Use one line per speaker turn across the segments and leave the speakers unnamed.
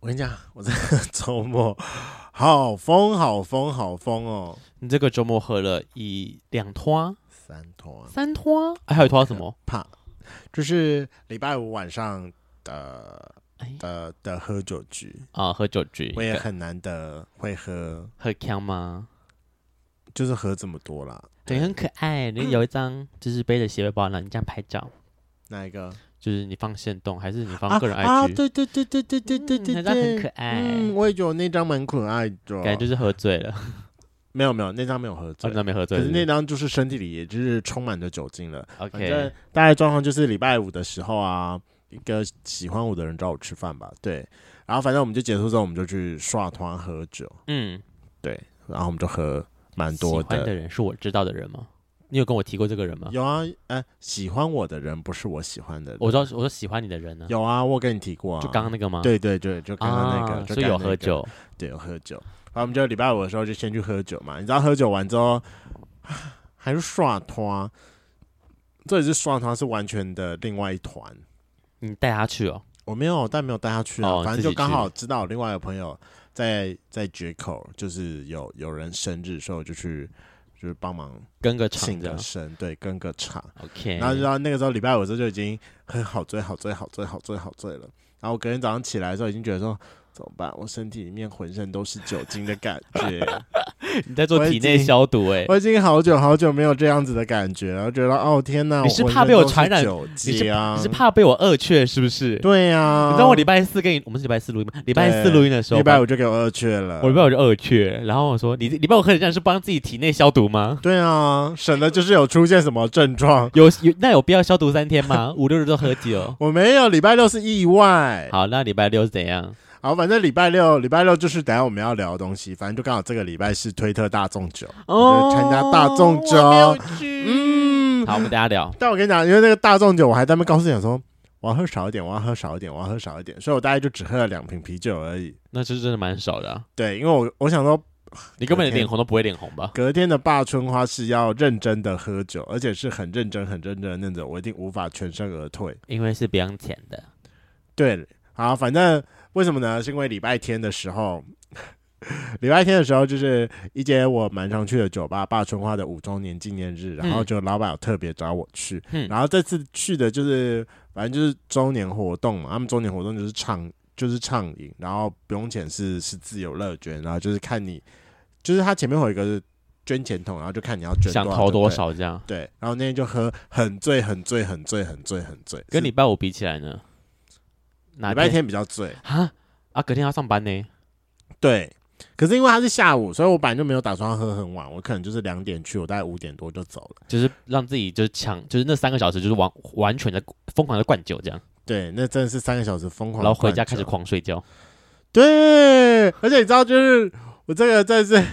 我跟你讲， 我这个周末好疯，好疯，好疯哦！
你这个周末喝了一两拖、
三坨
三拖，哎还有一拖什么？
怕，就是礼拜五晚上的
哎
的的喝酒局，
啊，喝酒局，
我也很难得会喝，
喝康吗？
就是喝这么多啦。
对，很可爱。你有一张就是背着斜背包，然后你这样拍照，
哪一个？
就是你放线动还是你
啊
放个人 IG？、
啊！对对对对对对对对
那张很
对，
可爱
嗯，我也觉得我那张蛮可爱的。哦
感觉就是喝醉了，
没有没有，那张没有喝
哦，
醉
你，那没喝醉
可
是
是
不
那
是。
张就是身体里也就是充满着酒精了。反正
OK，
大概状况就是礼拜五的时候啊，一个喜欢我的人找我吃饭吧，对。然后反正我们就结束之后，我们就去刷团喝酒，
嗯，
对。然后我们就喝蛮多
喜欢
的。
的人是我知道的人吗？你有跟我提过这个人吗？
有啊，哎、喜欢我的人不是我喜欢的人。
我知道，我说喜欢你的人呢、
有啊，我跟你提过啊。
就刚刚那个吗？
对对对，就刚刚那个，
啊
就
所以
刚刚
有
那
喝
个，
酒，
对，有喝酒。然后我们就礼拜五的时候就先去喝酒嘛，你知道喝酒完之后，还是刷团，这里是刷团是完全的另外一团。
你带他去哦。
我没有，但没有带他去啊。
哦
反正
自
就
己
刚
去
好知道另外有朋友在在绝口，就是有有人生日，所以我就去就是帮忙
跟个场
庆
这
个
样
生，对，跟个场。
，OK，
然后就到那个时候礼拜五的时候就已经很好醉，好醉，好醉，好醉，好醉了。然后隔天早上起来的时候，已经觉得说怎么办？我身体里面浑身都是酒精的感 觉，
哎你在做
我已
体内
经
消毒哎、
我已经好久好久没有这样子的感觉了，然后觉得哦天哪，我
你是
浑
怕
身
被我
都是
传染
酒
是
精啊？
你是怕被我恶却是不是？
对呀、啊，
你知道我礼拜四跟你，我们是礼拜四录音吗？礼拜四
对
录音的时候，
礼拜五就给我二缺了，
我礼拜五就恶却，然后我说你礼拜五喝酒这样是帮自己体内消毒吗？
对啊，省得就是有出现什么症状。
有有那有必要消毒三天吗？五六日都喝酒。
我没有，礼拜六是意外。
好，那礼拜六是怎样？
好，反正礼拜六，礼拜六就是等一下我们要聊的东西。反正就刚好这个礼拜是推特大众酒，我就参加大众酒。嗯，
好，我们大家聊。
但我跟你讲，因为那个大众酒，我还在那边告诉你说，我要喝少一点，我要喝少一点，我要喝少一点，所以我大概就只喝了两瓶啤酒而已。
那是真的蛮少的啊、
对，因为我我想说，
你根本
OK
脸红都不会脸红吧？
隔天的霸春花是要认真的喝酒，而且是很认真、很认真的那种，我一定无法全身而退。
因为是不用钱的。
对，好，反正为什么呢？是因为礼拜天的时候， 礼拜天的时候就是一间我蛮常去的酒吧——霸春花的五周年纪念日，然后
嗯
就老板有特别找我去，
嗯
然后这次去的就是反正就是周年活动嘛，他们周年活动就是唱就是畅饮，然后不用钱是是自由乐捐，然后就是看你，就是他前面会有一个捐钱筒，然后就看你要捐
想
少
投
对
多
不对。
少这样？
对，然后那天就喝很醉，很醉，很醉，很醉，很醉。
跟
是
礼拜五比起来呢？哪
礼拜天比较醉，
啊啊，隔天要上班呢。
对，可是因为他是下午，所以我本来就没有打算喝很晚，我可能就是两点去，我大概五点多就走了。
就是让自己就是抢，就是那三个小时就是完完全的疯狂的灌酒这样，
对，那真的是三个小时疯狂，
然后回家开始。狂睡觉。
对，而且你知道，就是我这个真的是，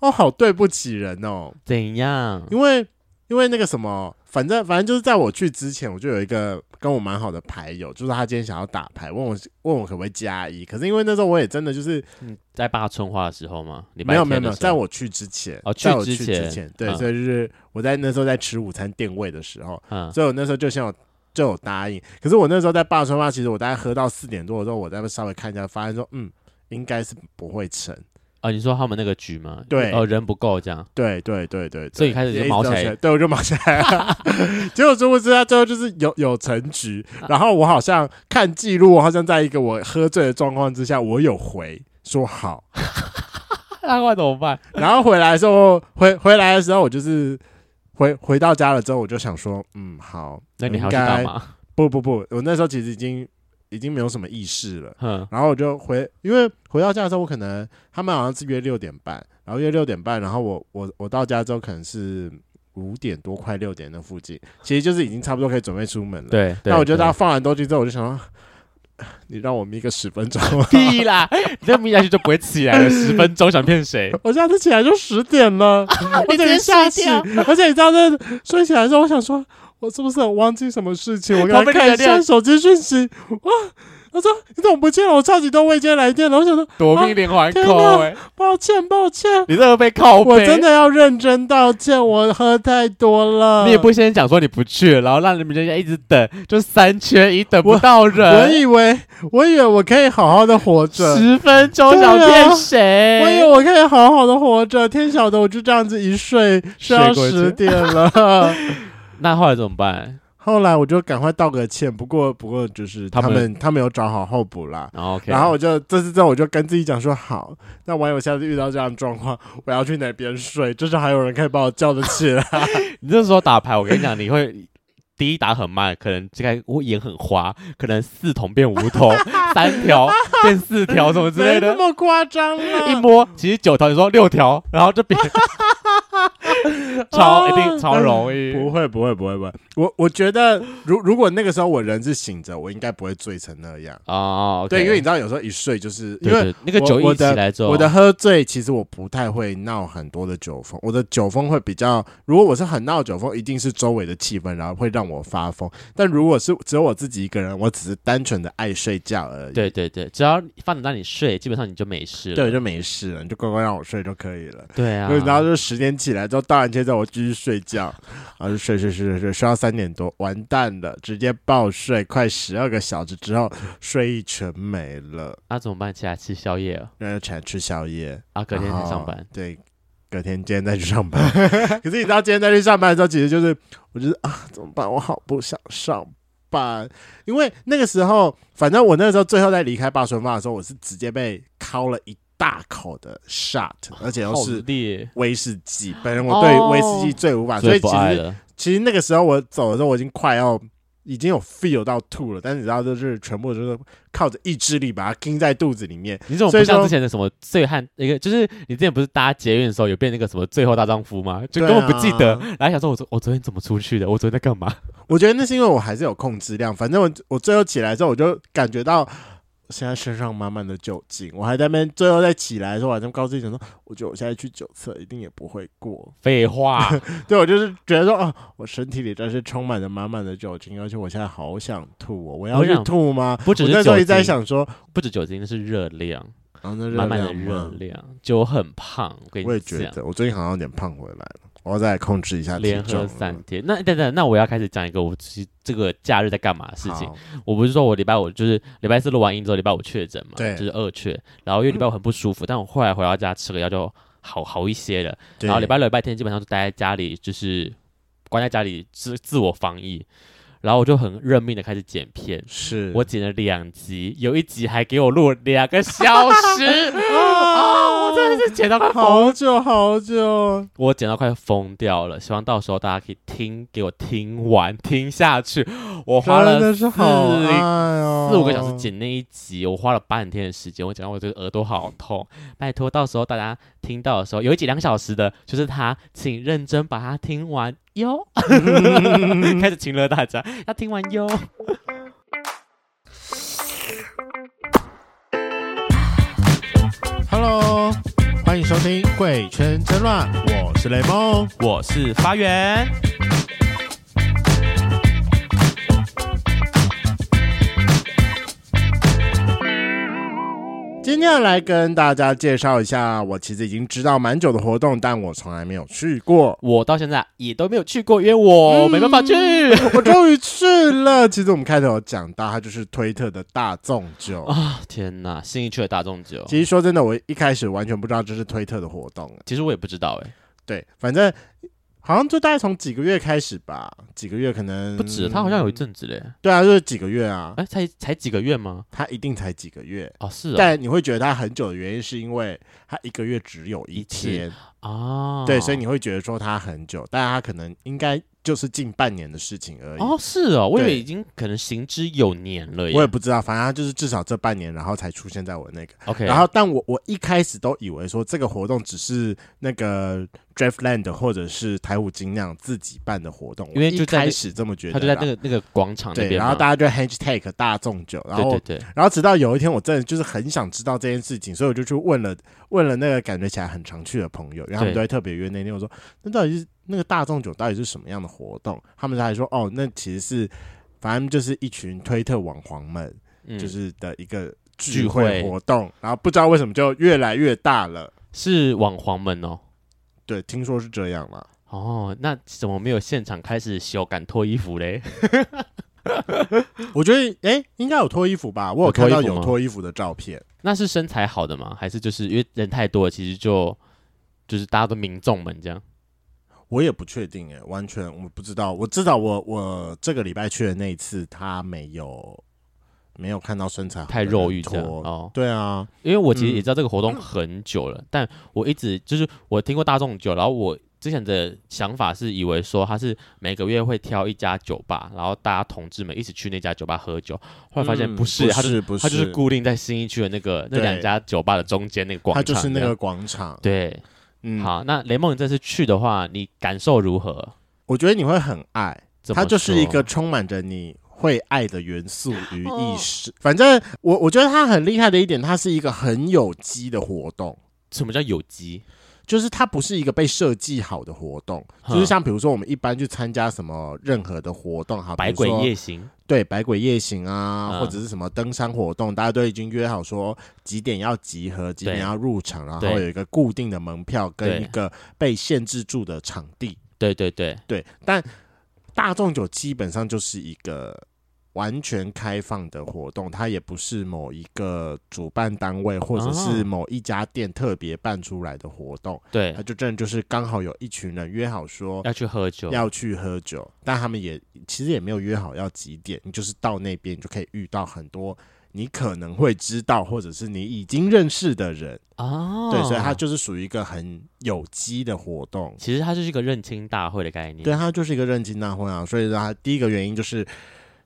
哦，好对不起人哦，
怎样？
因为因为那个什么，反正反正就是在我去之前，我就有一个跟我蛮好的牌友，就是他今天想要打牌，问我问我可不可以加一，可是因为那时候我也真的就是
你在八春花的时候吗？礼拜
没有没有
天
没
的
有，
时
在
候
我去之前，
哦
在
去
我
之
去
前
前，对，
嗯
所以就是我在那时候在吃午餐店位的时候，
嗯，
所以我那时候就先有就有答应。可是我那时候在霸川吧，其实我大概喝到四点多的时候，我在那边稍微看一下，发现说，嗯，应该是不会成。
哦，你说他们那个局吗？
对
哦，人不够这样，
对对对对对
所以开始就
也一直
毛起
到
来
现在对，我就毛起来了。 结果殊不知他最后就是有有成局，
啊
然后我好像看记录，我好像在一个我喝醉的状况之下，我有回说好，
那我怎么办？
然后回来的时候，回回来的时候，我就是回回到家了之后，我就想说，嗯，好，
那你还
应
要去干
该
嘛？
不不不，我那时候其实已经已经没有什么意识 了。
哼，
然后我就回，因为回到家的时候，我可能他们好像是约六点半，然后约六点半，然后我我我到家之后可能是五点多，快六点那附近，其实就是已经差不多可以准备出门了。，
对，
那我觉得大家
到
放完东西之后，我就想说， 你让我眯个十分钟，
屁啦， 你再眯下去就不会起来了。十分钟想骗 谁？
我下次起来就十点 了，我等于下
直
起
接睡，
而且你知道，那睡起来之后，我想说，我是不是很忘记什么事情？我刚才
旁边
看一
的人
下手机讯息，哇，他说你怎么不见了？我超级多未接来电了。我想说
夺命连环
啊
扣、欸，哎、
抱歉抱歉，
你这个被靠背，
我真的要认真道歉，我喝太多了。
你也不先讲说你不去，然后让你们人家一直等，就三缺一，等不到
我
人，
以为我以为我可以好好的活着，
十分钟想骗谁？
啊我以为我可以好好的活着，天晓得我就这样子一睡睡
睡
到
过去
十点了。
那后来怎么办？
后来我就赶快道个歉，不过不过就是
他
他
们
们他们有找好候补啦。
然后 OK，
然后我就这次之后我就跟自己讲说，好，那万一我下次遇到这样的状况，我要去哪边睡？至少还有人可以把我叫得起来。
你这时候打牌，我跟你讲，你会 第一打很慢，可能这个我眼很花，可能四筒变五 筒，三条变四条，什么之
没那
类的。
么夸张啦，
一摸其实九条，你说六条，然后就 变超一定超容易。
哦嗯不会不会不会不会。我我觉得如如果那个时候我人是醒着，我应该不会醉成那样。
哦，OK
对，因为你知道有时候一睡就是因
对
为
对啊那个
我
酒
我
一起
的
来之后，
我的喝醉，其实我不太会闹很多的酒疯，我的酒疯会比较，如果我是很闹的酒疯，一定是周围的气氛，然后会让我发疯。但如果是只有我自己一个人，我只是单纯的爱睡觉而已，
对对对，只要放着让你睡，基本上你就没事了。
对，就没事了，你就乖乖让我睡就可以了。
对啊，
然后就十点起来之后，到完接着我继续睡觉，然后就睡睡睡睡睡，睡到三点多，完蛋了，直接暴睡，快十二个小时之后，睡意全没了，
那怎么办？起来吃宵夜了
然后就起来吃宵夜，
啊，隔天
然
才
后
上班。
对，隔天今天再去上班。 可是你知道今天再去上班的时候，其实就是我就是啊，怎么办？我好不想上班，因为那个时候，反正我那个时候最后在离开霸春坊的时候，我是直接被敲了一大口的 shot，而且又
好
是。
烈，
威士忌，本人我对
哦
威士忌最无法，所
最
以
不
其
爱
实
了。
其实那个时候我走的时候，我已经快要已经有 feel 到吐了，但是你知道，就是全部就是靠着意志力把它钉在肚子里面，
你怎么
所
不
以说
像之前的什么醉汉那个？就是你之前不是搭捷运的时候有变那个什么最后大丈夫吗？就
对
根本不记得，
啊
然后想说我昨我昨天怎么出去的？我昨天在干嘛？
我觉得那是因为我还是有控制量，反正我我最后起来之后，我就感觉到现在身上满满的酒精，我还在那边最后再起来的时候，我还在告诉自己讲说，我觉得我现在去酒测一定也不会过。
废话，
对我就是觉得说，啊，我身体里真是充满了满满的酒精，而且我现在好想吐哦，我要
我
去
想
吐吗？
不只
我
是
那时候
酒
一直在
精
想说，
不止酒精，那是热量，
啊，那热
满满的
量
热
吗
量，酒很胖。我跟
我也
你
觉
讲，
得，我最近好像有点胖回来了，我要再控制一下体
连
重
喝
了。
三天。那等等，那我要开始讲一个我其实这个假日在干嘛的事情。
好，
我不是说我礼拜五就是礼拜四录完音之后，礼拜五确诊嘛，
对
就是二确。然后因为礼拜五很不舒服，但我后来回到家吃个药就好好一些了。
对
然后礼拜六、礼拜天基本上就待在家里，就是关在家里自自我防疫。然后我就很认命的开始剪片，
是
我剪了两集，有一集还给我录两个小 时啊！我真的是剪到快疯，
好久好久，
我剪到快疯掉了。希望到时候大家可以听，给我听完，听下去。我花了
真的是好
四
爱哦，
四五个小时剪那一集，我花了半天的时间，我讲到我这个耳朵好痛。拜托，到时候大家听到的时候，有一集两小时的，就是他，请认真把它听完哟。 开始请了大家，要听完哟。
Hello，欢迎收听《贵圈争乱》，我是雷梦。
我是发源，
今天要来跟大家介绍一下，我其实已经知道蛮久的活动，但我从来没有去过。
我到现在也都没有去过，因为我没办法去。
我终于去了。其实我们开头有讲到，它就是推特的大众酒。
啊，天哪！新一区的大众酒，
其实说真的，我一开始完全不知道这是推特的活动。
其实我也不知道哎、
对，反正好像就大概从几个月开始吧，几个月可能
不止，他好像有一阵子嘞，
对啊，就是几个月啊，
哎、才才几个月吗？
他一定才几个月。
哦，是啊，
但你会觉得它很久的原因，是因为它一个月只有一天，
啊，
对，所以你会觉得说它很久，但它可能应该就是近半年的事情而已。
哦，是哦，我以为
对
已经可能行之有年了耶。
我也不知道，反正它就是至少这半年，然后才出现在我那个。
OK，
然后，但我我一开始都以为说这个活动只是那个 Draftland 或者是台虎精酿自己办的活动，
因为
我
就
一
在那
开始这么觉得
他
啦，
就在那个那个广场那
对，
边
然
嘛，
后大家就 hashtag 大众酒，然后
对对对，
然后直到有一天，我真的就是很想知道这件事情，所以我就去问了问了那个感觉起来很常去的朋友，然后他们
对
都会特别约那天。我说，那到底是那个大众酒到底是什么样的活动？他们还说，哦，那其实是反正就是一群推特网黄们，
嗯
就是的一个
聚
聚会
会
活动，然后不知道为什么就越来越大了。
是网黄们哦。
对，听说是这样啦。
哦，那怎么没有现场开始修改脱衣服嘞？
我觉得，诶，应该有脱衣服吧？我
嗯有
有看
脱衣
到
服
有
吗
脱衣服的照片。
那是身材好的吗？还是就是因为人太多了，其实就就是大家都民众们这样？
我也不确定诶，完全我不知道。我知道我我这个礼拜去的那一次，他没有没有看到身材好的
太
人
肉欲这样
脱
哦
对啊，
因为我其实
嗯
也知道这个活动很久了，但我一直就是我听过大众酒，然后我之前的想法是以为说他是每个月会挑一家酒吧，然后大家同志们一起去那家酒吧喝酒，后来发现
嗯
不是，他就是
不
他就是固定在新一区的那个那
对
两家酒吧的中间那个广
他
场，
就是那个。广场。
对，
嗯，
好，那雷梦你这次去的话，你感受如何？
我觉得你会很爱，
怎么
它就是一
说哦
个充满着你会爱的元素与意识。反正我我觉得它很厉害的一点，它是一个很有机的活动。
什么叫有机？
就是它不是一个被设计好的活动，
哼
就是像比如说我们一般去参加什么任何的活动，好，比
百
如说
鬼夜行，
对百鬼夜行啊，
嗯
或者是什么登山活动，大家都已经约好说几点要集合，几点要入场，然后
对
有一个固定的门票跟
对
一个被限制住的场地。
对对对，
对，但大众酒基本上就是一个完全开放的活动，它也不是某一个主办单位或者是
哦
某一家店特别办出来的活动，
对
它，就真的就是刚好有一群人约好说
要去喝酒，
要去喝酒，但他们也其实也没有约好要几点，你就是到那边你就可以遇到很多。你可能会知道，或者是你已经认识的人，
哦，
对，所以它就是属于一个很有机的活动。
其实它就是一个认亲大会的概念。
对，它就是一个认亲大会啊，所以它第一个原因就是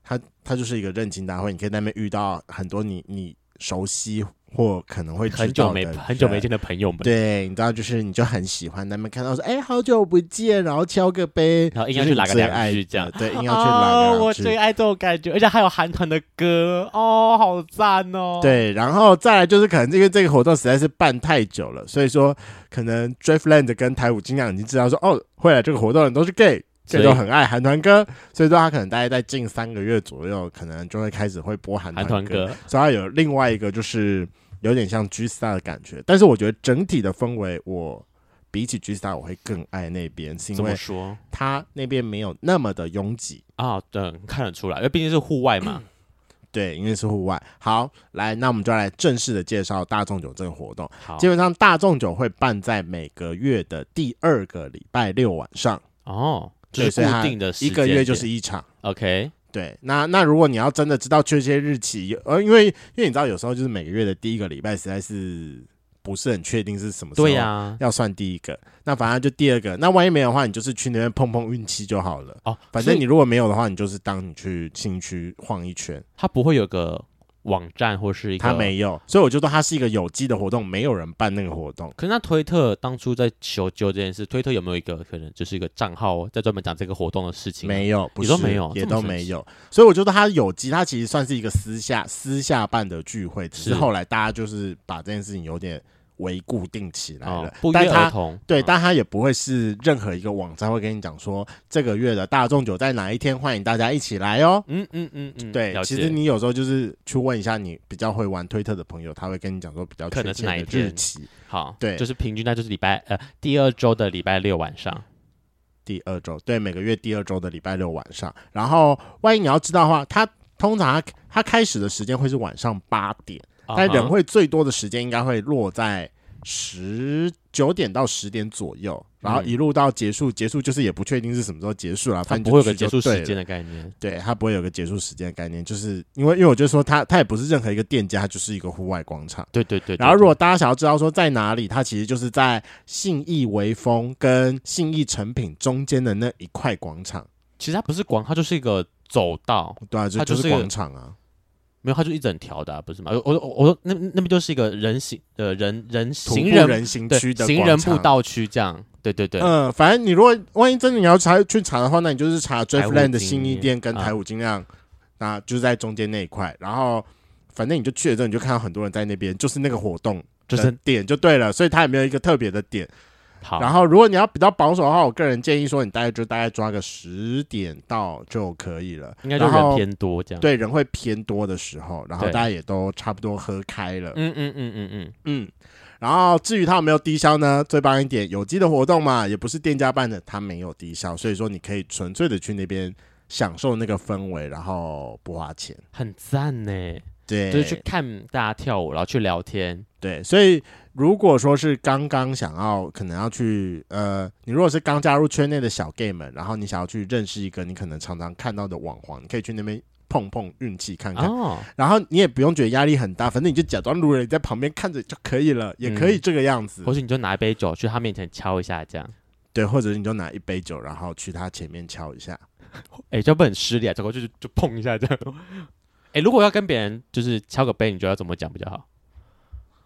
它它就是一个认亲大会，你可以在那边遇到很多你你熟悉或可能会知
很久
道
没
的
很久没
人。
见的朋友们，
对，你知道，就是你就很喜欢他们看到说，哎、好久不见，然后敲个杯，
然后硬
就
要
是
去
你
拉个
最
两
爱
句这
的
样
对，硬
哦，
要去拉个两
我
句
最爱这种感觉，而且还有韩团的歌哦，好赞哦。，
对，然后再来就是可能因为这个活动实在是办太久了，所以说可能 Driftland 跟台舞精酿已经知道说，哦，会来这个活动的人都是 gay，
所
所以
以
都很爱韩团歌，所以说他可能大概在近三个月左右，可能就会开始会播韩
韩团
歌，
歌，
所以他有另外一个就是有点像 G Star 的感觉，但是我觉得整体的氛围我。比起 G Star，我会更爱那边，是因
怎么
为
说
他那边没有那么的拥挤。
啊？对，看得出来，因为毕竟是户 外嘛。
对，因为是户外。好，来，那我们就来正式的介绍大众酒这个活动。
好，
基本上大众酒会办在每个月的第二个礼拜六晚上，
哦，就
对
是
所以
固
它
定的时
一个
间
月就
点
是一场。
OK，
对，那那如果你要真的知道确切日期，有呃，因为因为你知道有时候就是每个月的第一个礼拜实在是不是很确定是什么时候，
对呀。
要算第一个，那反正就第二个。那万一没有的话，你就是去那边碰碰运气就好了。
哦，
反
所
正
以
你如果没有的话，你就是当你去新区晃一圈，
它不会有个网站或是一个
他，没有，所以我就说它是一个有机的活动，没有人办那个活动。
可是那推特当初在求救这件事，推特有没有一个可能就是一个账号在专门讲这个活动的事情？啊
没有，不
也
是
都没有
也
这么
都
神
没
奇
有。所以我觉得他有机，他其实算是一个私下私下办的聚会，只
是
是后来大家就是把这件事情有点为固定起来
哦
了，，
不
但
约而
他。
同。
对，
嗯
但他也不会是任何一个网站会跟你讲说这个月的大众酒在哪一天，欢迎大家一起来哦。
嗯嗯嗯嗯，
对
了，
其
解
实你有时候就是去问一下你比较会玩推特的朋友，他会跟你讲说比较
可能
确
是
切
哪一
的日
天
期。
好，
对
就是平均那就是礼拜呃第二周的礼拜六晚上，
第二周，对，每个月第二周的礼拜六晚上。然后，万一你要知道的话，它通常它它开始的时间会是晚上八点，
啊
但人会最多的时间应该会落在十九点到十点左右，然后
嗯
一路到结束，结束就是也不确定是什么时候结束了，
它
反正
不
就
会有个
去
结
就
束
对
时
了
间的概念。
对，它不会有个结束时间的概念，就是因为因为我就说它它也不是任何一个店家，它就是一个户外广场。
对对对，对
然后，如果大家想要知道说在哪里，它其实就是在信义微风跟信义成品中间的那一块广场，
对其实它不是广，它就是一个走道，
对啊，就
它就
就是是
一个
广场啊，
没有，它就一整条的啊、不是吗？我我我我那那边就是一个人行呃人人
徒
行
步
人
人行
对
区的
行
广
人
场
步。道区这样，对对对，
嗯，反正你如果万一真的你要查去查的话，那你就是查
台舞
Driftland 的
精
新一
酿
店跟
啊
台舞精酿，那就是在中间那一块。然后反正你就去了之后，你就看到很多人在那边，就是那个活动
就是
的点就对了，所以它也没有一个特别的点。
好，
然后如果你要比较保守的话，我个人建议说你大概就大概抓个十点到就可以了，
应该就
然
人
后
偏多这样。，
对人会偏多的时候，然后
对
大家也都差不多喝开了，
嗯嗯嗯嗯嗯，
嗯。然后至于它有没有低消呢？最棒一点，有机的活动嘛，也不是店家办的，它没有低消，所以说你可以纯粹的去那边享受那个氛围，然后不花钱。
很赞呢，
对，
就是去看大家跳舞，然后去聊天。
对，所以如果说是刚刚想要可能要去呃，你如果是刚加入圈内的小 gay 们，然后你想要去认识一个你可能常常看到的网红，你可以去那边碰碰运气看看，
哦，
然后你也不用觉得压力很大，反正你就假装路人，你在旁边看着就可以了，也可以这个样子。
嗯或许你就拿一杯酒去他面前敲一下，这样，
对，或者你就拿一杯酒，然后去他前面敲一下。
哎、这样不很失礼啊？走过去就就碰一下这样。 哎、如果要跟别人就是敲个杯，你觉得要怎么讲比较好？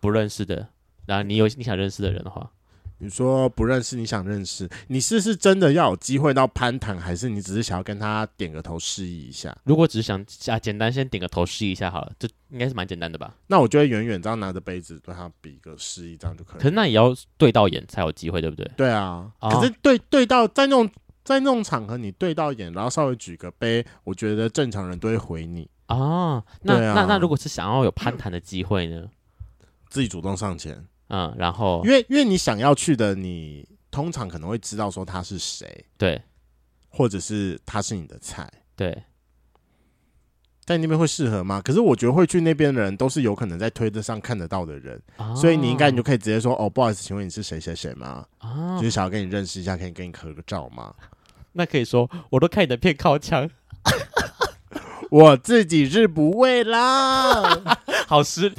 不认识的，然后你有你想认识的人的话，
你说不认识，你想认识，你是是真的要有机会到攀谈，还是你只是想要跟他点个头示意一下？
如果只是想啊简单先点个头试一下好了，这应该是蛮简单的吧？
那我就会远远这样拿着杯子对他比个示意，这样就可以了
可。是那也要对到眼才有机会，对不对？
对啊，
哦
可是对对到在那种在那种场合，你对到眼，然后稍微举个杯，我觉得正常人都会回你，
哦，那、
对啊
那那如果是想要有攀谈的机会呢？
自己主动上前，
嗯，然后
因为因为你想要去的，你通常可能会知道说他是谁，
对
或者是他是你的菜，
对，
在那边会适合吗？可是我觉得会去那边的人都是有可能在推特上看得到的人，
哦
所以你应该你就可以直接说哦，不好意思，请问你是谁谁谁吗？
啊
就，是想要跟你认识一下，可以跟你合个照吗？
那可以说我都看你的片靠墙，
我自己是不会啦。
好失，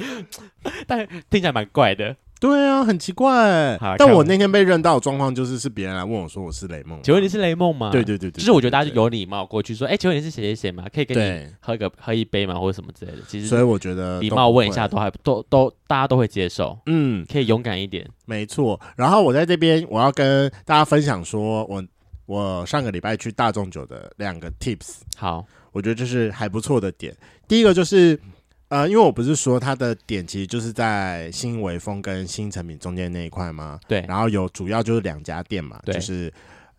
但听起来蛮怪的。
对啊，很奇怪
好。
但
看
我
我
那天被认到的状况就是，是别人来问我说我是雷梦。
请问你是雷梦吗？
对对对对，
就是我觉得大家
对
就有礼貌过去说，哎、请问你是谁谁谁吗？可以跟你
对，
喝个喝一杯吗，或者什么之类的。其
所
实
以我觉得
礼
都
貌
不
问一
会
下。都还都都大家都会接受，
嗯，
可以勇敢一点。
没错。然后我在这边，我要跟大家分享说，我我上个礼拜去大众酒的两个 tips，
好，
我觉得这是还不错的点。第一个就是。呃，因为我不是说它的点其实就是在新微风跟新成品中间那一块吗？
对
然后有主要就是两家店嘛，
哎对
就是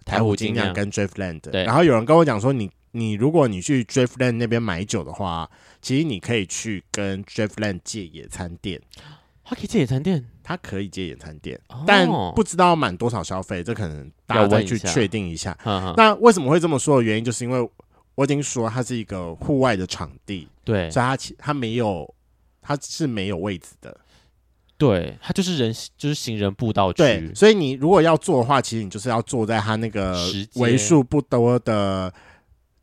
台
台
虎
虎
精
精酿
酿
跟 Driftland。
对
然后有人跟我讲说你，你如果你去 Driftland 那边买酒的话，其实你可以去跟 Driftland 借野餐垫，
他可以借野餐店，
它可以借野餐垫，
哦
但不知道满多少消费，这可能大
要
家再
问一
去
下
确定一下。
嗯嗯
那为什么会这么说的原因，就是因为我已经说它是一个户外的场地，
对
所以它其它没有它是没有位置的。
对，他就是人就是行人步道区，
对，所以你如果要做的话，其实你就是要坐在他那个
石阶
为数不多的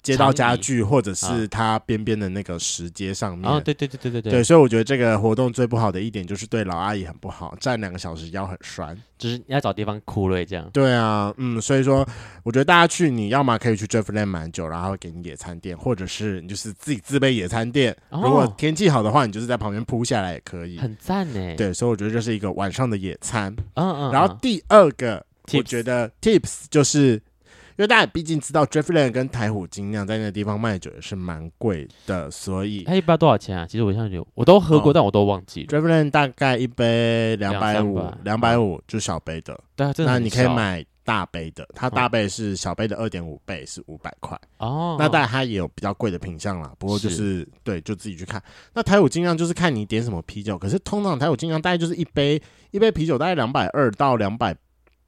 街道家具，或者
啊
是他边边的那个石阶上面。
啊，对对对对对
对，，所以我觉得这个活动最不好的一点就是对老阿姨很不好，站两个小时腰很酸。
就是要找地方哭了这样。
对啊，嗯，所以说我觉得大家去，你要么可以去 Jeffland 买酒，然后给你野餐垫，或者是你就是自己自备野餐垫。
哦
如果天气好的话，你就是在旁边铺下来也可以。
很赞呢，，
对，所以我觉得这是一个晚上的野餐。
嗯嗯，
然后
嗯
第二个，我
Tips
觉得 tips 就是，因为大家毕竟知道 Driftland 跟台虎精酿在那个地方卖酒也是蛮贵的，所以
它一包多少钱啊？其实我现在有，我都喝过，
哦
但我都忘记了。
Driftland 大概一杯两
两
百
三
五，两
百
百五就小杯的，
对啊，真的
那
很嗯
你可以
少
买大杯的，它大杯是小杯的二点五倍，是五百块。
哦，
那当然它也有比较贵的品相啦，不过就是是对，就自己去看。那台虎精酿就是看你点什么啤酒，可是通常台虎精酿大概就是一杯一杯啤酒大概两百二到两百，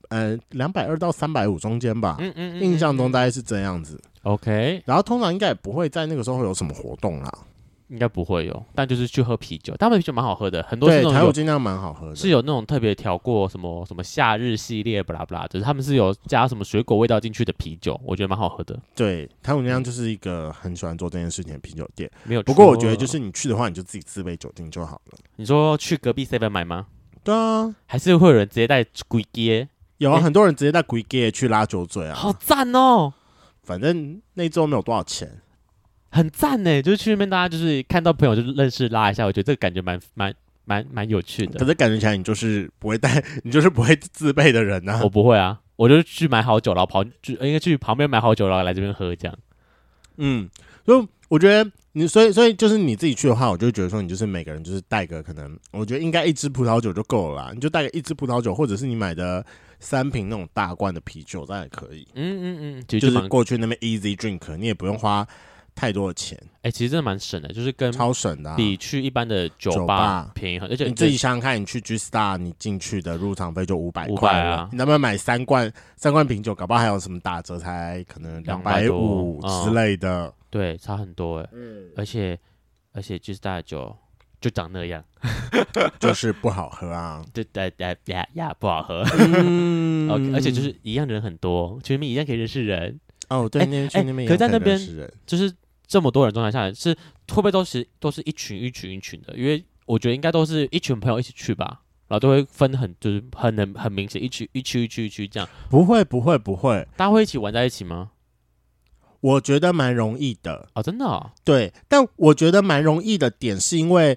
呃，两百二到三百五中间吧。
嗯嗯，嗯
印象中
嗯
大概是这样子，
OK，
然后通常应该也不会在那个时候会有什么活动啦。
应该不会有，但就是去喝啤酒，他们啤酒蛮好喝的，很多是
对，
那
台
种
虎
有
精酿蛮好喝的，
是有那种特别调过什么什么夏日系列，不啦不啦，就是他们是有加什么水果味道进去的啤酒，我觉得蛮好喝的，
对台虎精
嗯
酿就是一个很喜欢做这件事情的啤酒店。
没有错。
不过我觉得就是你去的话，你就自己自备酒精就好了。
你说去隔壁 seven 买吗？
对啊，
还是会有人直接带鬼街？
有啊
诶
很多人直接带鬼 gay 去拉酒嘴啊，
好赞哦！
反正那周没有多少钱。
很赞呢，就是去那边大家就是看到朋友就认识拉一下，我觉得这个感觉蛮蛮蛮蛮有趣
可
的。
是感觉起来你就是不会带， 你就是不会自备的人呐、
我不会啊，我就去买好哎酒，然后跑去应该去旁边买好酒，然后来这边喝这样。
嗯，所以我觉得你所以所以就是你自己去的话，我就会觉得说你就是每个人就是带个可能，我觉得应该一支葡萄酒就够了啦，你就带个一支葡萄酒，或者是你买的三瓶那种大罐的啤酒，这样也可以。
嗯嗯嗯，其
就
实
是
蛮
过去那边 easy drink，你也不用花太多的钱，
哎，其实真的蛮省的，就是跟
超省的、啊。
比去一般的酒
酒吧
便宜很，而且
你自己想想看，你去 G Star，你进去的入场费就五百
500
块
啊
了，你能不能买三罐三罐啤酒？搞不好还有什么打折，才可能两百五
200多啊
之类的。
对差很多哎，
嗯，
而且而且就是大酒就长那样，
就是不好喝 啊。
对对对呀呀不好喝，
嗯
OK，而且就是一样人很多，群里面一样可以认识人，
哦，对，
哎
那边去
哎
那边也
可在
很
那
认
边
识人
就是这么多人状态下来，是会不会都是都是一群一群一群的？因为我觉得应该都是一群朋友一起去吧，然后都会分很就是很能很明显一区一区一区一区这样，
不会不会不会，
大家会一起玩在一起吗？
我觉得蛮容易的。
哦，真的、哦，
对，但我觉得蛮容易的点是因为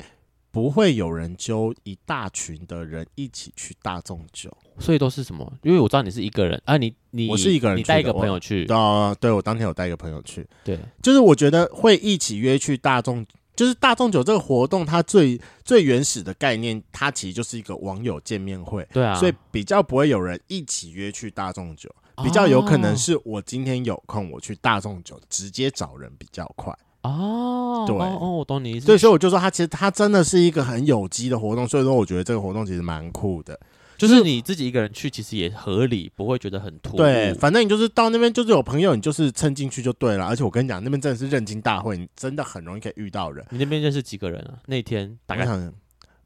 不会有人揪一大群的人一起去大众酒。
所以都是什么？因为我知道你是一个人啊，你你
我是一个人
你
去的
带一个朋友去，
对啊，对我当天有带一个朋友去，
对，
就是我觉得会一起约去大众，就是大众酒这个活动，它最最原始的概念，它其实就是一个网友见面会，
对啊，
所以比较不会有人一起约去大众酒。比较有可
哦
能是我今天有空，我去大众酒直接找人比较快。
哦，哦
对
哦，我懂你意思，
对，所以我就说，它其实它真的是一个很有机的活动，所以说我觉得这个活动其实蛮酷的。
就是你自己一个人去，其实也合理，不会觉得很突兀，
对，反正你就是到那边就是有朋友，你就是蹭进去就对了。而且我跟你讲，那边真的是认亲大会，你真的很容易可以遇到人。
你那边认识几个人啊？那天大
我
概
想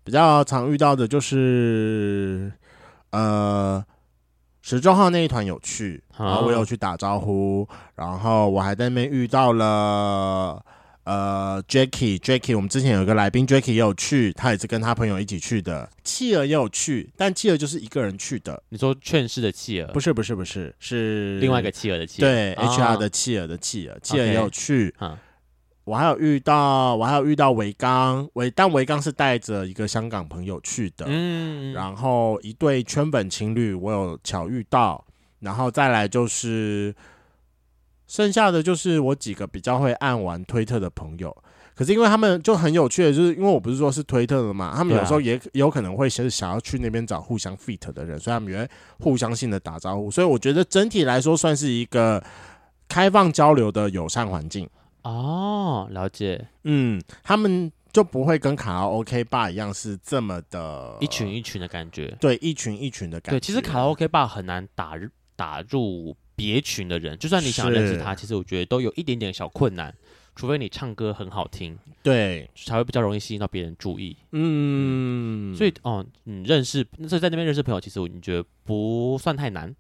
比较常遇到的就是，呃，十周号那一团有去，
啊
然后我有去打招呼，然后我还在那边遇到了。呃，Jacky，Jacky，我们之前有一个来宾 Jacky 也有去，他也是跟他朋友一起去的。企鹅也有去，但企鹅就是一个人去的，
你说劝世的企鹅，
不是不是不是，是
另外一个企鹅的企鹅，
对、
啊
HR 的企鹅的企鹅，企鹅也有去。
啊
我还有遇到，我还有遇到维刚，维但维刚是带着一个香港朋友去的，
嗯，
然后一对圈粉情侣我有巧遇到，然后再来就是剩下的就是我几个比较会按玩推特的朋友。可是因为他们就很有趣的，就是因为我不是说是推特的嘛，他们
对啊
有时候也也有可能会是想要去那边找互相 fit 的人，所以他们也会互相性的打招呼。所以我觉得整体来说算是一个开放交流的友善环境。
哦，了解，
嗯，他们就不会跟卡拉 OK 吧一样是这么的
一群一群的感觉。
对一群一群的呃感觉。
对，其实卡拉 OK 吧很难打入打入别群的人，就算你想认识他，其实我觉得都有一点点小困难，除非你唱歌很好听，
对，
才会比较容易吸引到别人注意。
嗯，
所以，哦，你认识，所以在那边认识朋友，其实我你觉得不算太难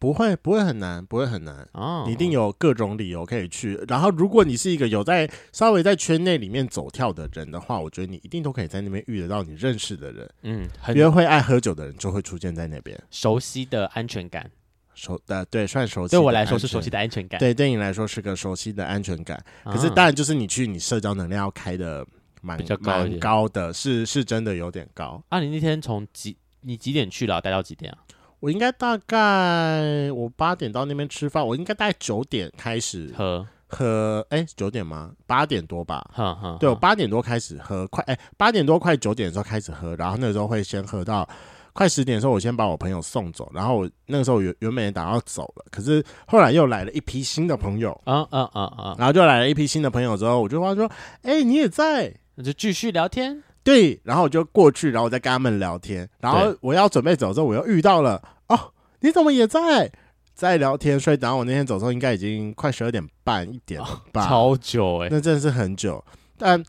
不会不会很难，不会很难。
哦，
你一定有各种理由可以去，然后如果你是一个有在稍微在圈内里面走跳的人的话，我觉得你一定都可以在那边遇得到你认识的人，
嗯很
约会爱喝酒的人就会出现在那边。
熟悉的安全感，
熟呃对，算熟悉。
对我来说是熟悉。的安全感。
对，对你来说是个熟悉的安全感。
啊，
可是当然就是你去，你社交能量要开的蛮
比较高一
蛮
点
高的，是是真的有点高。
啊，你那天从几你几点去了？待到几点啊？
我应该大概我八点到那边吃饭，我应该大概九点开始
喝，啊
喝，哎、九点吗？八点多吧。
哼哼，
对，我
哼
八点多开始喝，快哎，八、点多快九点的时候开始喝，然后那个时候会先喝到快十点的时候，我先把我朋友送走，然后我那个时候原原本也打算走了，可是后来又来了一批新的朋友，
啊啊啊啊，
然后就来了一批新的朋友之后，我就跟他说，哎、你也在，
那就继续聊天。
对，然后我就过去，然后我再跟他们聊天，然后
对
我要准备走的时候，我又遇到了哦，你怎么也在在聊天？所以等到我那天走的时候，应该已经快十二点半一点了吧，
哦超久哎、
那真的是很久。但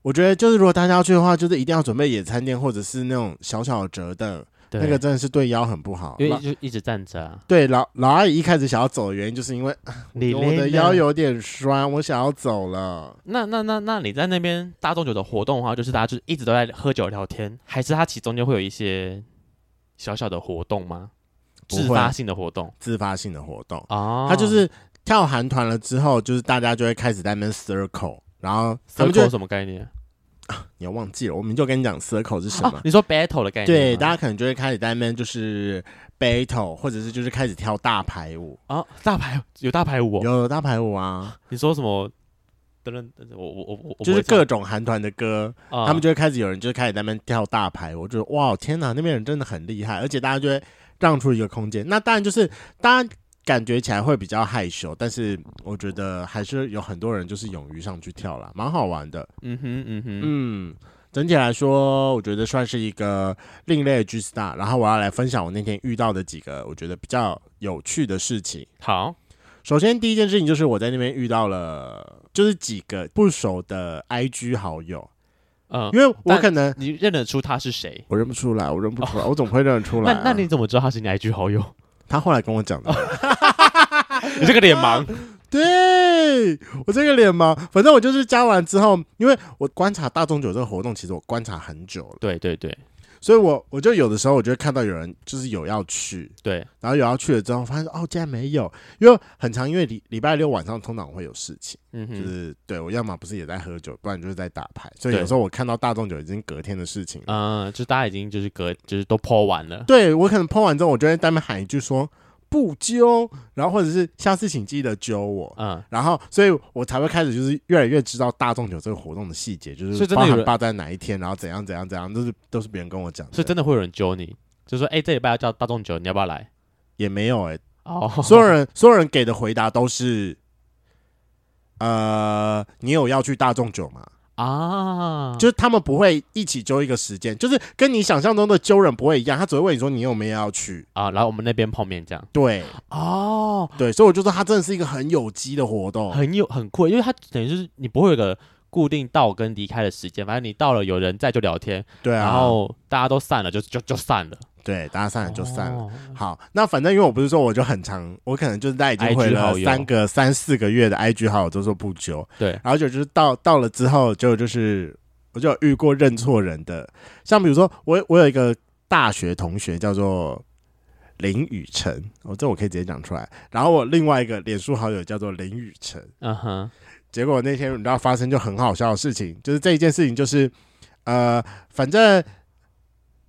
我觉得就是如果大家要去的话，就是一定要准备野餐垫或者是那种小小的折凳，
对，
那个真的是对腰很不好。
因为
老
就一直站着、啊，
对老老阿姨一开始想要走的原因，就是因为
你
我的
累
腰
了。
有点酸，我想要走了。
那那那那你在那边大众酒的活动的话，就是大家就是一直都在喝酒聊天，还是它其中间会有一些小小的活动吗？
不
自
会
发性的活动
自发性的活动，
哦，
他就是跳韩团了之后，就是大家就会开始在那边 circle，然后他
他
们
们
就
什么概念？
你要忘记了，我们就跟你讲 circle 是什么。
啊你说 battle 的概念吗？
对，大家可能就会开始在那边就是 battle，或者是就是开始跳大排舞，
啊，大排有大排舞、哦，
有大排舞啊，
你说什么噔噔噔，我我我我我
就
不
是
会唱
各种韩团的歌，
啊
他们就会开始有人就开始在那边跳大牌，我就觉得哇天哪，那边人真的很厉害，而且大家就会让出一个空间。那当然就是大家感觉起来会比较害羞，但是我觉得还是有很多人就是勇于上去跳啦，蛮好玩的。
嗯哼嗯哼
嗯，整体来说，我觉得算是一个另类的 G Star。然后我要来分享我那天遇到的几个我觉得比较有趣的事情。
好
首先，第一件事情就是我在那边遇到了，就是几个不熟的 IG 好友，
嗯，
因为我
但
可能
你认得出他是谁？
我认不出来，我认不出来，我怎么会认得出来、
那
啊？
那你怎么知道他是你 IG 好友？
他后来跟我讲的，
你这个脸 盲，
对我这个脸盲，反正我就是加完之后，因为我观察大众酒这个活动，其实我观察很久了，
对对对
所以我我就有的时候我就会看到有人就是有要去，
对，
然后有要去了之后，发现哦，竟然没有，因为很长，因为礼礼拜六晚上通常会有事情，
嗯
就
哼，
是对我要么不是也在喝酒，不然就是在打牌，所以
对
有时候我看到大众酒已经隔天的事情了，
嗯，就大家已经就是隔就是都 po 完了，
对我可能碰完之后，我就会在那边喊一句说不揪，然后或者是下次请记得揪我。
嗯，
然后，所以我才会开始就是越来越知道大众酒这个活动的细节，就
所
是
以真的
包
有
含
人
霸在哪一天，然后怎样怎样怎样，都是都是别人跟我讲的，
所以真的会有人揪你，就说哎，这礼拜要叫大众酒，你要不要来？
也没有哎、
哦，
所有人所有人给的回答都是，呃，你有要去大众酒吗？
啊，
就是他们不会一起揪一个时间，就是跟你想象中的揪人不会一样，他只会问你说你有没有要去。
啊，来我们那边碰面这样。
对
哦，
对，所以我就说他真的是一个很有机的活动。
很有很酷，因为它等于就是你不会有个固定到跟离开的时间，反正你到了有人在就聊天，
对啊，
然后大家都散了就就就散了，
对大家散了就散了。
哦
好，那反正因为我不是说我就很长，我可能就是大概已经回
IG 好
了
友
三个三四个月的 IG 好友都说不揪，
对，
然后就就是到到了之后，就就是我就有遇过认错人的，像比如说我我有一个大学同学叫做林雨辰，哦，这我可以直接讲出来。然后我另外一个脸书好友叫做林雨辰，
嗯哼，
结果那天你知道发生就很好笑的事情，就是这一件事情就是，呃，反正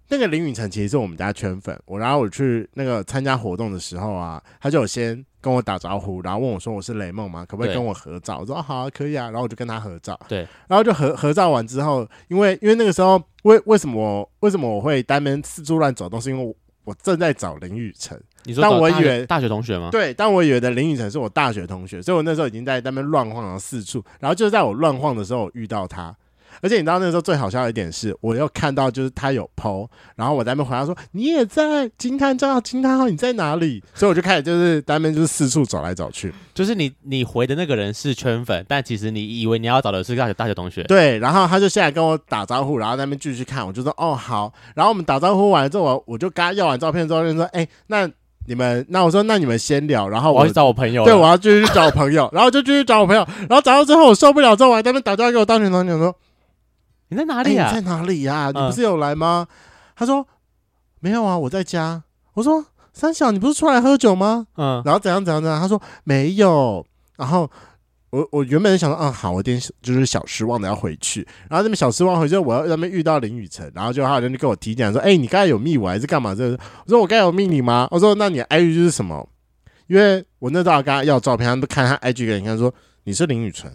那个林允成其实是我们家圈粉，我然后我去那个参加活动的时候啊，他就有先跟我打招呼，然后问我说我是雷梦吗？可不可以
对
跟我合照？我说、哦好啊，可以啊，然后我就跟他合照，
对，
然后就合合照完之后，因为因为那个时候为为什么我为什么我会单边四处乱走东西，因为我我正在找林雨辰。
你说
但
找
我
大
以
学
为
大学同学吗？
对，但我以为的林雨辰是我大学同学，所以我那时候已经在那边乱晃了四处，然后就是在我乱晃的时候，我遇到他。而且你知道那时候最好笑的一点是，我又看到就是他有 PO，然后我在那边回答说你也在惊叹号惊叹号你在哪里？所以我就开始就是在那边就是四处找来找去，
就是你你回的那个人是圈粉，但其实你以为你要找的是大学大学同学，
对，然后他就下来跟我打招呼，然后在那边继续看，我就说哦好，然后我们打招呼完之后，我我就跟他要完照片之后就说哎、那你们那我说那你们先聊，然后
我
我
要去找我朋友了，
对，我要继续去找我朋友， 然后就继续找我朋友，然后找到最后我受不了之后，我还在那边打电话给我当学同学说
你在：“哪
哎、
里啊
你在？哪里呀、你
嗯
不是有来吗？”他说：“没有啊，我在家。”我说：“三小，你不是出来喝酒吗？”
嗯，
然后怎样怎样怎样，他说：“没有。”然后我我原本想说：“嗯，好，我有点就是小失望的要回去。”然后那边小失望回去，我要在那边遇到林雨辰，然后就他人就跟我提讲说：“哎、你刚才有密我还是干嘛？”这我说：“我刚才有密你吗？”我说：“那你的 IG 就是什么？”因为我那时候跟他要照片，他们看他 IG 给你看说。你是林雨辰，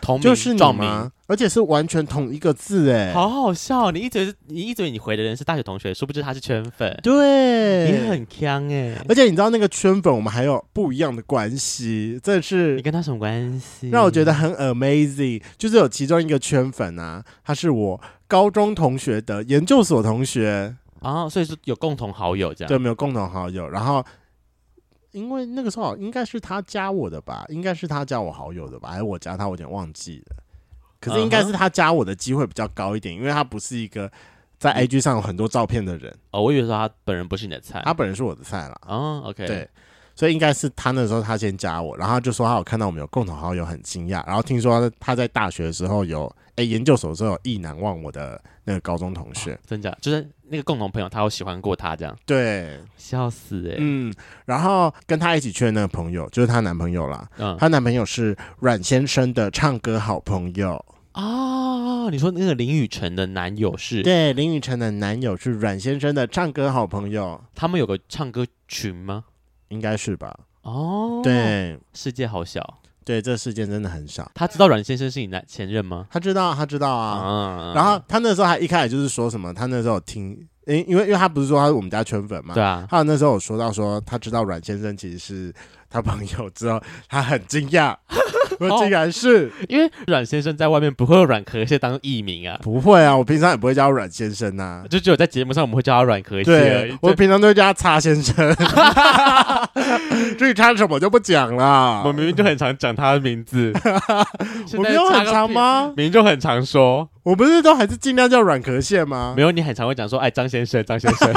同名
就是你
撞
吗
名，？
而且是完全同一个字哎、
好好笑！你一直你一直以为你回的人是大学同学，殊不知他是圈粉，
对，
你很强哎、
而且你知道那个圈粉，我们还有不一样的关系，这是
你跟他什么关系？
让我觉得很 amazing，就是有其中一个圈粉啊，他是我高中同学的研究所同学，
啊，所以是有共同好友这样。
对，我们有共同好友。然后，因为那个时候好应该是他加我的吧，应该是他加我好友的吧，还是我加他，我有点忘记了。可是应该
嗯哼
是他加我的机会比较高一点，因为他不是一个在
嗯
IG 上有很多照片的人，
哦，我以为说他本人不是你的菜。
他本人是我的菜啦。
哦，OK，
对，，所以应该是他那时候他先加我，然后他就说他有看到我们有共同好友，很惊讶。然后听说他在大学的时候有，哎、研究所的时候有意难忘我的那个高中同学。
真假就是那个共同朋友，他有喜欢过他这样，
对，
笑死哎、
嗯，然后跟他一起去的那个朋友就是她男朋友啦，
嗯
她男朋友是阮先生的唱歌好朋友。
啊、你说那个林雨辰的男友是
对，林雨辰的男友是阮先生的唱歌好朋友，
他们有个唱歌群吗？
应该是吧？
哦，，
对。
世界好小，
对，这事件真的很少。
他知道阮先生是你男前任吗？
他知道，他知道啊。
啊
然后他那时候还一开始就是说什么，他那时候有听，因因为因为他不是说他是我们家圈粉嘛，
对啊，
还有那时候有说到说，他知道阮先生其实是他朋友之后，他很惊 讶，我竟然是、
因为阮先生在外面不会有阮壳蟹当艺名啊，
不会啊，我平常也不会叫他阮先生呐、
就只有在节目上我们会叫他阮壳蟹而已
对。啊我
对
平常都会叫他叉先 生，至于叉什么我就不讲啦。
我明明就很常讲他的 名字，
我没有很长？吗？
明明就很常说，
我不是都还是尽量叫软壳蟹吗
没？有你很常会讲说，哎，张先生，张先 生，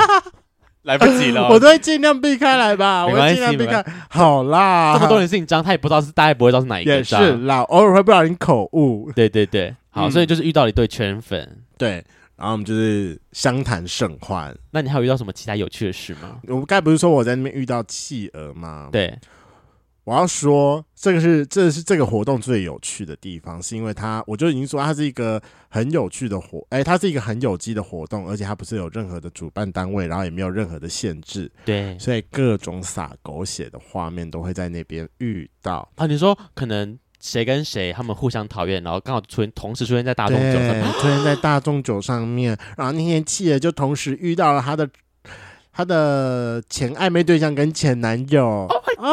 来不及了，
我都会尽量避开来吧，我
没关
会
系
尽量避开。好啦，
这么多人姓张，他也不知道是大家也不会知道是哪一个
也
张。
是啦，偶尔会不小心口误。
对对对，好，
嗯
所以就是遇到了一对圈粉。
对，然后我们就是相谈甚欢。
那你还有遇到什么其他有趣的事吗？
我们该不是说我在那边遇到企鹅吗？，
对，
我要说这个是这是这个活动最有趣的地方，是因为它，我就已经说它是一个很有趣的活，哎、它是一个很有机的活动，而且它不是有任何的主办单位，然后也没有任何的限制，
对，
所以各种撒狗血的画面都会在那边遇到。
啊，你说可能谁跟谁他们互相讨厌，然后刚好出现同时出现在大众
对，
酒上，
出现在大众酒上面，然后那天企鹅就同时遇到了他的他的前暧昧对象跟前男友。
啊，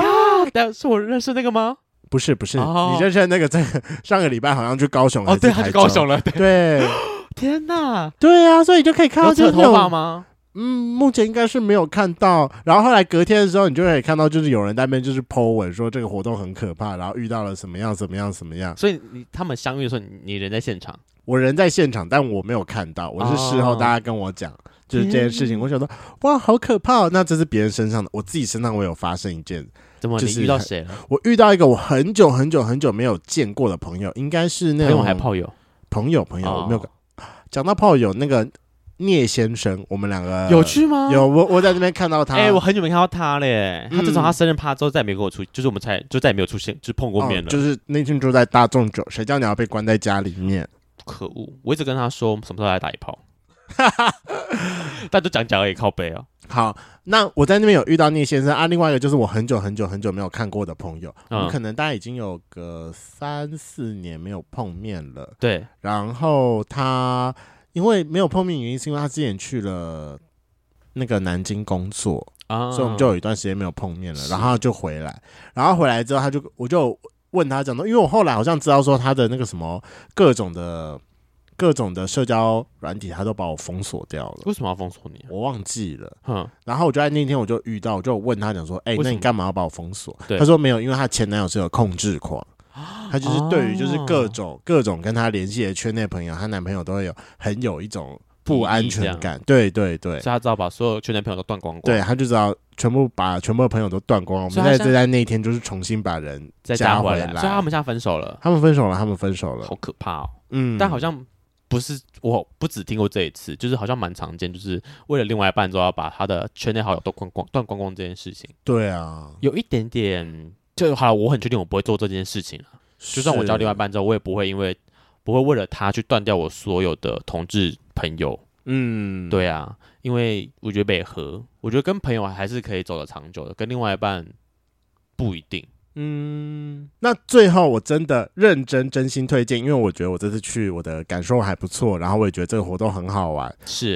但是我认识那个吗？
不是不是，
哦
你认识的那个在上个礼拜好像去高雄还
哦，
是
对，
台中，
他去高 雄了。对，
对
天哪，
对啊，所以就可以看到
有
就
扯
是
头发
有
吗？
嗯，目前应该是没有看到。然后后来隔天的时候，你就可以看到就是有人在那边就是 Po 文说这个活动很可怕，然后遇到了什么样怎么样怎么样。
所以你他们相遇的时候，你你人在现场，
我人在现场，但我没有看到，我是事后
哦
大家跟我讲。就是这件事情，我想说，哇，好可怕、哦！那这是别人身上的，我自己身上我有发生一件，
怎么
就
你
是
遇到谁了？
我遇到一个我很久很久很久没有见过的朋友，应该是那
朋友还
种
炮友？
朋友朋友，
哦
我没有讲到炮友那个聂先生，我们两个
有趣吗？
呃有我我在那边看到他，哦
哎、我很久没看到他嘞。他自从
嗯
他生日趴之后，再也没跟我出，就是我们才就再也没有出现，就是碰过面
嗯
了。
就是那天住在大众酒，谁叫你要被关在家里面？
可恶！我一直跟他说我们什么时候来打一炮，但就讲讲而已，靠背 哦。
好，那我在那边有遇到聂先生啊，另外一个就是我很久很久很久没有看过的朋友，
嗯
我们可能大概已经有个三四年没有碰面了。
嗯对，
然后他因为没有碰面，原因是因为他之前去了那个南京工作，
啊，
所以我们就有一段时间没有碰面了。
是
然后他就回来，然后回来之后，他就我就问他讲到，因为我后来好像知道说他的那个什么各种的各种的社交软体，他都把我封锁掉了，
为什么要封锁你、啊？
我忘记了。
哼，
然后我就在那天我就遇到，我就问他讲说，哎、
为什
那
么
你干嘛要把我封锁？
对
他说没有，因为他前男友是有控制 狂，他就是对于就是各种、各种跟他联系的圈内朋友，她男朋友都会有很有一种不安全感。对对对
所以，他知道把所有圈内朋友都断光光，
对，他就知道全部把全部的朋友都断光了。我
所以
们
他
在
现在
这在那一天就是重新把人
再
加
加回
来，
所以他们现在分手了，
他们分手了，他们分手了
好。可怕哦。
嗯，
但好像不是，我不只听过这一次，就是好像蛮常见，就是为了另外一半之后要把他的圈内好友都光光断光光这件事情，
对啊，
有一点点。就好了，我很确定我不会做这件事情了。就算我交另外一
是，
半之后，我也不会因为不会为了他去断掉我所有的同志朋友。
嗯，
对啊，因为我觉得北河，我觉得跟朋友还是可以走得长久的，跟另外一半不一定。
嗯，那最后我真的认真真心推荐，因为我觉得我这次去我的感受还不错，然后我也觉得这个活动很好玩，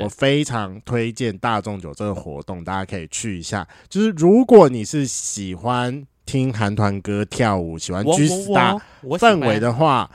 我
是
非常推荐大众酒这个活动，大家可以去一下。就是如果你是喜欢听韩团歌、跳舞、喜欢
我
G Star
我
氛围，的话，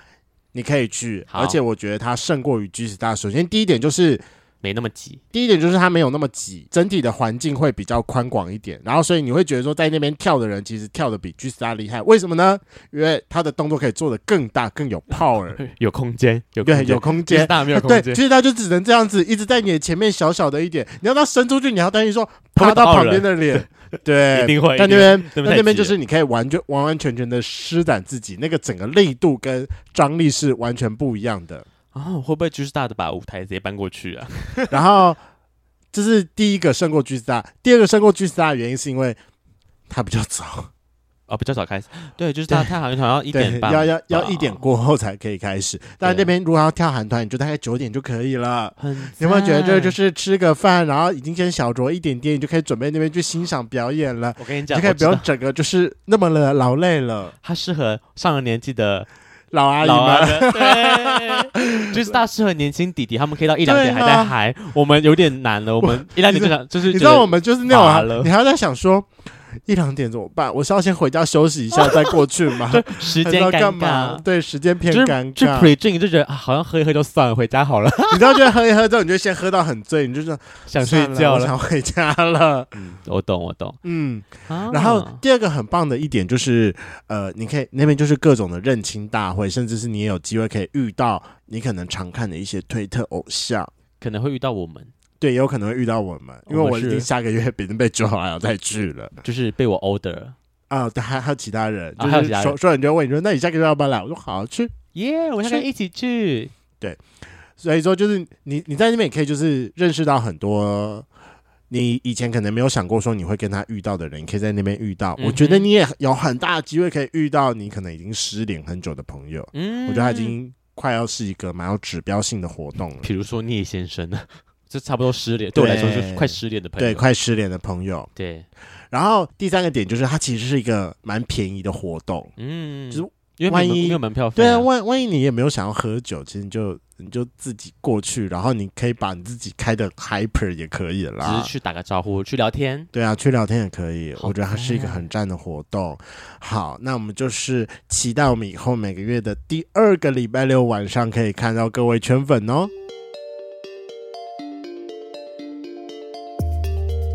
你可以去，
好
而且我觉得它胜过于 G Star。首先第一点就是
没那么 急。
第一点就是它没有那么挤，整体的环境会比较宽广一点，然后所以你会觉得说在那边跳的人其实跳的比 G Star 厉害，为什么呢？因为他的动作可以做的更大，更有 power，
有空间，有
对，有空间。啊
大没有 空
对，
间
其，实他就只能这样子，一直在你的前面小小的一点，你要他伸出去，你还要担心说
他会
啪到
打到
旁
人
边的 脸，对，
一定会。
但
一
那
定会
边
那边
那
太
那边
挤
就
了
是你可以完全完完全全的施展自己，那个整个力度跟张力是完全不一样的。
啊，会不会就是大的把舞台直接搬过去啊？
然后这是第一个胜过 G Star，第二个胜过 G Star 的原因是因为它比较早，
哦，比较早开始，对，就是他他好像好像一点
对，
半，
要要要一点过后才可以开始。但
对
那边如果要跳韩团，你就大概九点就可以了。
很
你有没有觉得这
赞
就是吃个饭，然后已经先小酌一点点，你就可以准备那边去欣赏表演了，
我跟你
你
讲，
就可以
我
不
知道
用整个就是那么的劳累了，
他适合上了年纪的
老阿姨
老阿
们。
的，对，就是他适合年轻弟弟，他们可以到一两点还
对啊
在嗨，我们有点难了，我们 一两点就想就是
你知
觉
道
得
我们就是那种
乏
啊，
了
你还在想说一两点怎么办？我是要先回家休息一下再过去 吗？
时
还是
间
要干
尴
嘛
尬？，
对，时间偏
就是
尴
去
尬。
pre drink 就觉得啊，好像喝一喝就算了，回家好 了，
你知道，就是喝一喝之后，你就先喝到很醉，你就说
想睡觉
算了我
了。
想回家 了。
嗯，我懂我懂。
嗯，
啊
然后第二个很棒的一点就是，呃，你可以那边就是各种的认亲大会，甚至是你也有机会可以遇到你可能常看的一些推特偶像。
可能会遇到我们，
对，也有可能会遇到我们，因为
哦我们
我已
是
经下个月已经被抓了，再去了。
就是被我 order，
啊，对，还还有其他人，
啊还有
就是
其他
说
人
说人就会问你说，那你下个月要不要来？我说好啊去。
耶，我想跟你一起去。
所以说，就是你你在那边也可以就是认识到很多你以前可能没有想过说你会跟他遇到的人，你可以在那边遇到。
嗯哼
我觉得你也有很大的机会可以遇到你可能已经失联很久的朋友。
嗯，
我觉得他已，经快要是一个蛮有指标性的活动了。
比如说聂先生呢， 这差不多失恋，对我来说就是快失恋的朋友。
对，快失联的朋友。
对，
然后第三个点就是，它其实是一个蛮便宜的活动。
嗯，
就是
因为
万一
没有没有门票费
对
啊，
啊，万万一你也没有想要喝酒，其实你就你就自己过去，然后你可以把你自己开的 hyper 也可以啦。
只是去打个招呼，去聊天。
对啊，去聊天也可以，
好
我觉得它是一个
赞
很赞的活动。好，那我们就是期待我们以后每个月的第二个礼拜六晚上可以看到各位圈粉哦。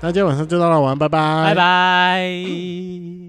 那今天晚上就到了，晚安，拜拜，
拜拜。